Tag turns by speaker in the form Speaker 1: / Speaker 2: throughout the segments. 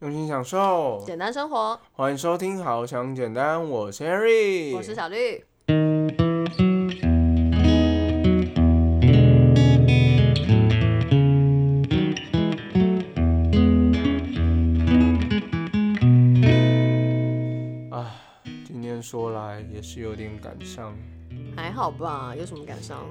Speaker 1: 用心享受，
Speaker 2: 简单生活，
Speaker 1: 欢迎收听《好想简单》，我是 Harry，
Speaker 2: 我是小绿。
Speaker 1: 啊，今天说来也是有点感伤，
Speaker 2: 还好吧？有什么感伤？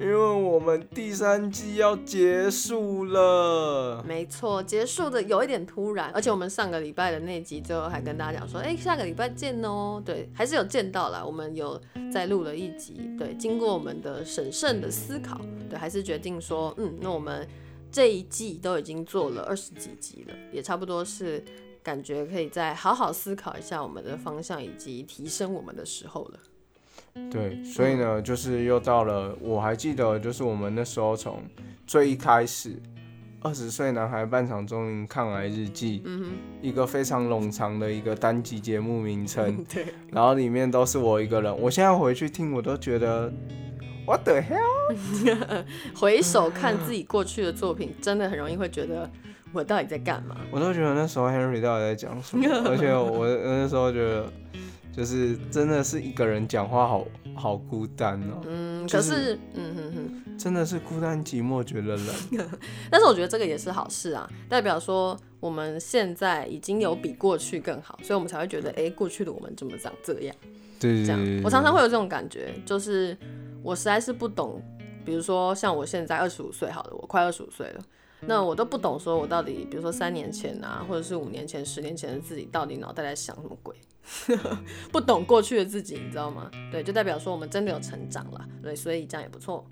Speaker 1: 因为我们第三季要结束了。
Speaker 2: 没错，结束的有一点突然，而且我们上个礼拜的那集最后还跟大家讲说，哎、下个礼拜见哦。对，还是有见到啦，我们有再录了一集。对，经过我们的审慎的思考，对，还是决定说，嗯，那我们这一季都已经做了二十几集了，也差不多是感觉可以再好好思考一下我们的方向以及提升我们的时候了。
Speaker 1: 对，所以呢，就是又到了，我还记得，就是我们那时候从最一开始，二十岁男孩半场中林抗癌日记，
Speaker 2: 嗯
Speaker 1: 一个非常冗长的一个单集节目名称，
Speaker 2: 哼， 对。
Speaker 1: 然后里面都是我一个人。我现在回去听，我都觉得 What the hell？
Speaker 2: 回首看自己过去的作品，真的很容易会觉得我到底在干嘛？
Speaker 1: 我都觉得那时候 Henry 到底在讲什么，而且我那时候觉得，就是真的是一个人讲话好好孤单哦，
Speaker 2: 嗯，
Speaker 1: 就
Speaker 2: 可
Speaker 1: 是
Speaker 2: 是，嗯哼哼，
Speaker 1: 真的是孤单寂寞觉得冷。
Speaker 2: 但是我觉得这个也是好事啊，代表说我们现在已经有比过去更好，所以我们才会觉得，哎、过去的我们怎么长这样？
Speaker 1: 对对
Speaker 2: 这样
Speaker 1: 对，，
Speaker 2: 我常常会有这种感觉，就是我实在是不懂，比如说像我现在二十五岁，好了，我快二十五岁了。那我都不懂，说我到底，比如说三年前啊，或者是五年前、十年前的自己，到底脑袋在想什么鬼？ 不懂过去的自己，你知道吗？对，就代表说我们真的有成长啦。对，所以这样也不错。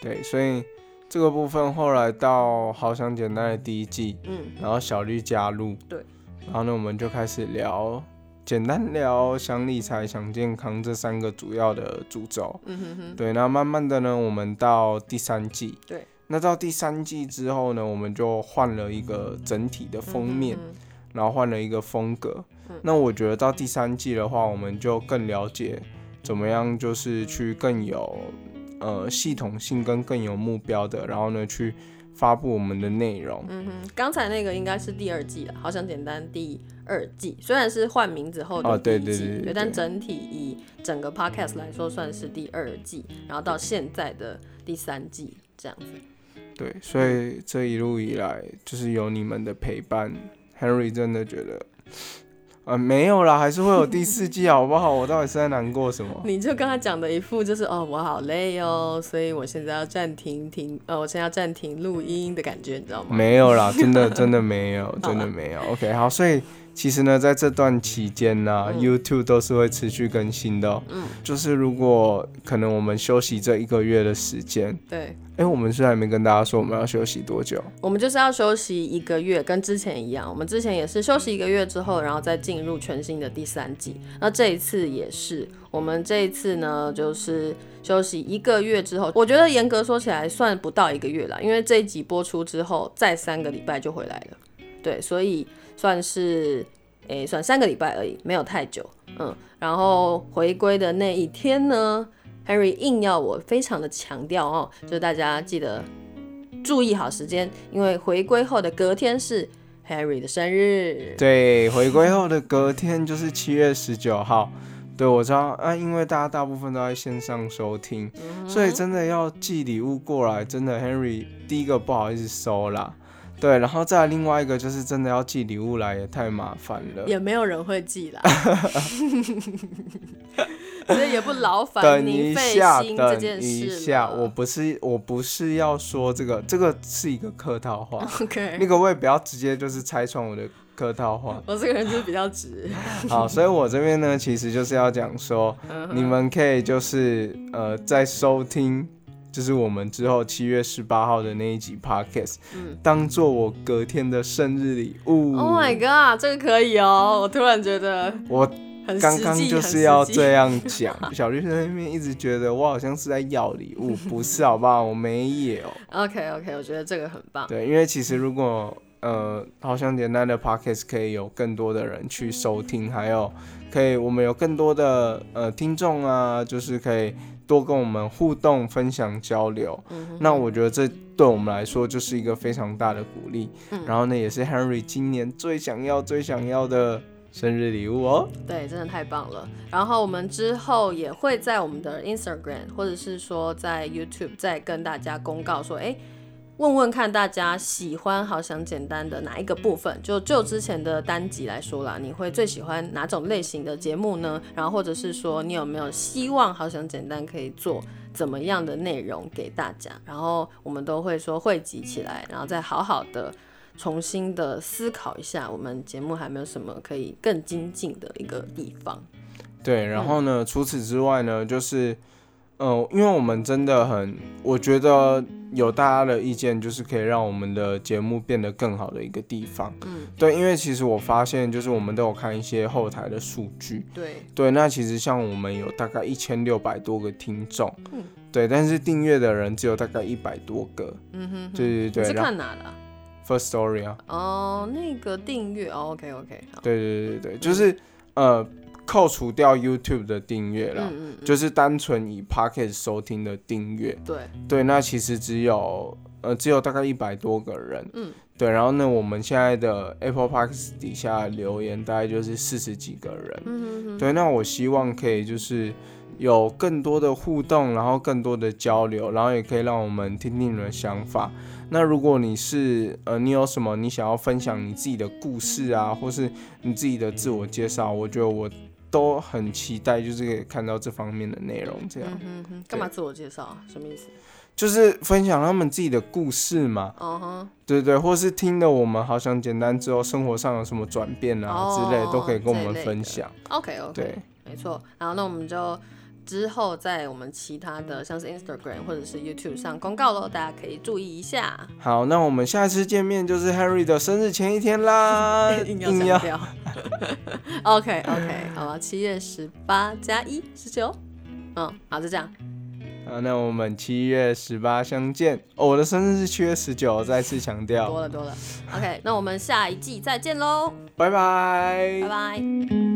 Speaker 1: 对，所以这个部分后来到《好想简单》的第一季，
Speaker 2: 嗯，
Speaker 1: 然后小绿加入，
Speaker 2: 对，
Speaker 1: 然后呢，我们就开始聊，简单聊想理财、想健康这三个主要的主轴，
Speaker 2: 嗯哼哼，
Speaker 1: 对，那慢慢的呢，我们到第三季，
Speaker 2: 对，
Speaker 1: 那到第三季之后呢，我们就换了一个整体的封面，
Speaker 2: 嗯
Speaker 1: 然后换了一个风格
Speaker 2: 嗯。
Speaker 1: 那我觉得到第三季的话，我们就更了解怎么样，就是去更有呃系统性跟更有目标的，然后呢去发布我们的内容。
Speaker 2: 嗯哼，刚才那个应该是第二季了，好想简单第二季，虽然是换名字后
Speaker 1: 哦
Speaker 2: 的第
Speaker 1: 对
Speaker 2: 一季，
Speaker 1: 对对对
Speaker 2: 但
Speaker 1: 对
Speaker 2: 整体以整个 podcast 来说算是第二季，然后到现在的第三季这样子。
Speaker 1: 对，所以这一路以来就是有你们的陪伴，Henry 真的觉得。呃，没有啦，还是会有第四季，好不好？我到底是在难过什么？
Speaker 2: 你就跟他讲的一副就是哦，我好累哦，所以我现在要暂停停，呃，我现在要暂停录音的感觉，你知道吗？
Speaker 1: 没有啦，真的真的没有，真的没有。OK，好，所以其实呢，在这段期间呢、
Speaker 2: 嗯
Speaker 1: y o u t u b e 都是会持续更新的、哦
Speaker 2: 嗯，
Speaker 1: 就是如果可能，我们休息这一个月的时间，
Speaker 2: 对，
Speaker 1: 哎、我们是还没跟大家说我们要休息多久。
Speaker 2: 我们就是要休息一个月，跟之前一样，我们之前也是休息一个月之后，然后再进入全新的第三季。那这一次也是，我们这一次呢，就是休息一个月之后，我觉得严格说起来算不到一个月啦，因为这一集播出之后，再三个礼拜就回来了，对，所以算是诶、算三个礼拜而已，没有太久，嗯。然后回归的那一天呢，Harry 硬要我非常的强调哦，就是大家记得注意好时间，因为回归后的隔天是 Harry 的生日。
Speaker 1: 对，回归后的隔天就是七月十九号。对，我知道啊，因为大家大部分都在线上收听，
Speaker 2: 嗯
Speaker 1: 所以真的要寄礼物过来，真的 Henry 第一个不好意思收啦，对，然后再来另外一个就是真的要寄礼物来也太麻烦了，
Speaker 2: 也没有人会记啦， 所以也不劳烦
Speaker 1: 等
Speaker 2: 您
Speaker 1: 一
Speaker 2: 费
Speaker 1: 下，
Speaker 2: 心这
Speaker 1: 等
Speaker 2: 件
Speaker 1: 一
Speaker 2: 事
Speaker 1: 下，我
Speaker 2: 了。
Speaker 1: 不是我不是要说这个，这个是一个客套 话，那
Speaker 2: OK，
Speaker 1: 个我也不要直接就是拆穿我的客套话。
Speaker 2: 我这个人就是比较直，
Speaker 1: 好，所以我这边呢，其实就是要讲说，
Speaker 2: 嗯
Speaker 1: 你们可以就是呃，在收听就是我们之后七月十八号的那一集 podcast，、
Speaker 2: 嗯
Speaker 1: 当做我隔天的生日礼物。
Speaker 2: Oh my god，这个可以哦！我突然觉得
Speaker 1: 我
Speaker 2: 很
Speaker 1: 刚
Speaker 2: 实
Speaker 1: 刚
Speaker 2: 际，
Speaker 1: 就
Speaker 2: 很
Speaker 1: 是要
Speaker 2: 实际
Speaker 1: 这样讲，小绿在那边一直觉得我好像是在要礼物，不是好不好？我没有。
Speaker 2: OK OK，我觉得这个很棒。
Speaker 1: 对，因为其实如果呃，好像简单的 podcast 可以有更多的人去收听，还有可以我们有更多的呃听众啊，就是可以多跟我们互动、分享、交流。
Speaker 2: 嗯
Speaker 1: 那我觉得这对我们来说就是一个非常大的鼓励。然后呢，也是 Henry 今年最想要、最想要的生日礼物哦。
Speaker 2: 对，真的太棒了。然后我们之后也会在我们的 Instagram 或者是说在 YouTube 再跟大家公告说，哎，问问看大家喜欢《好想简单》的哪一个部分？就就之前的单集来说啦，你会最喜欢哪种类型的节目呢？然后或者是说，你有没有希望《好想简单》可以做怎么样的内容给大家？然后我们都会说汇集起来，然后再好好的。重新的思考一下，我们节目还没有什么可以更精进的一个地方。
Speaker 1: 对，然后呢，除此之外呢，就是，呃，因为我们真的很，我觉得有大家的意见，就是可以让我们的节目变得更好的一个地方。嗯，对，因为其实我发现，就是我们都有看一些后台的数据，
Speaker 2: 对，
Speaker 1: 对，那其实像我们有大概一千六百多个听众，对，但是订阅的人只有大概一百多个，
Speaker 2: 嗯哼哼，
Speaker 1: 对对
Speaker 2: 你
Speaker 1: 对，
Speaker 2: 是
Speaker 1: 然后
Speaker 2: 看哪的啊、
Speaker 1: First Story 啊，
Speaker 2: 哦，那个订阅、哦、，OK OK，好，
Speaker 1: 对对对对，就是呃，扣除掉 YouTube 的订阅啦，
Speaker 2: 嗯嗯，
Speaker 1: 就是单纯以 Pocket 收听的订阅，
Speaker 2: 对，
Speaker 1: 对，那其实只有呃只有大概一百多个人，
Speaker 2: 嗯，
Speaker 1: 对，然后呢，我们现在的 Apple Podcast 底下留言大概就是四十几个人，
Speaker 2: 嗯哼
Speaker 1: 对，那我希望可以就是有更多的互动，然后更多的交流，然后也可以让我们听听你们的想法。那如果你是呃，你有什么你想要分享你自己的故事啊，或是你自己的自我介绍，我觉得我都很期待，就是可以看到这方面的内容。这样、
Speaker 2: 哼，嗯哼，干嘛自我介绍啊？什么意思？
Speaker 1: 就是分享他们自己的故事嘛，
Speaker 2: 哦哼，
Speaker 1: 对对，或是听了我们好想简单之后，生活上有什么转变啊、
Speaker 2: 哦
Speaker 1: 之类，都可以跟
Speaker 2: 这
Speaker 1: 我
Speaker 2: 类
Speaker 1: 们分
Speaker 2: 的
Speaker 1: 享。
Speaker 2: OK OK，
Speaker 1: 对，
Speaker 2: 没错。然后那我们就之后在我们其他的像是 Instagram 或者是 YouTube 上公告喽，大家可以注意一下。，
Speaker 1: 好，那我们下次见面就是 Harry 的生日前一天啦
Speaker 2: 硬要强调。OK OK，好吧，七月十八加一十九，嗯，好，就这样。
Speaker 1: 啊，那我们七月十八相见。哦，我的生日是七月十九，再次强调
Speaker 2: 多，了多了。OK，那我们下一季再见喽，
Speaker 1: 拜拜
Speaker 2: 拜拜。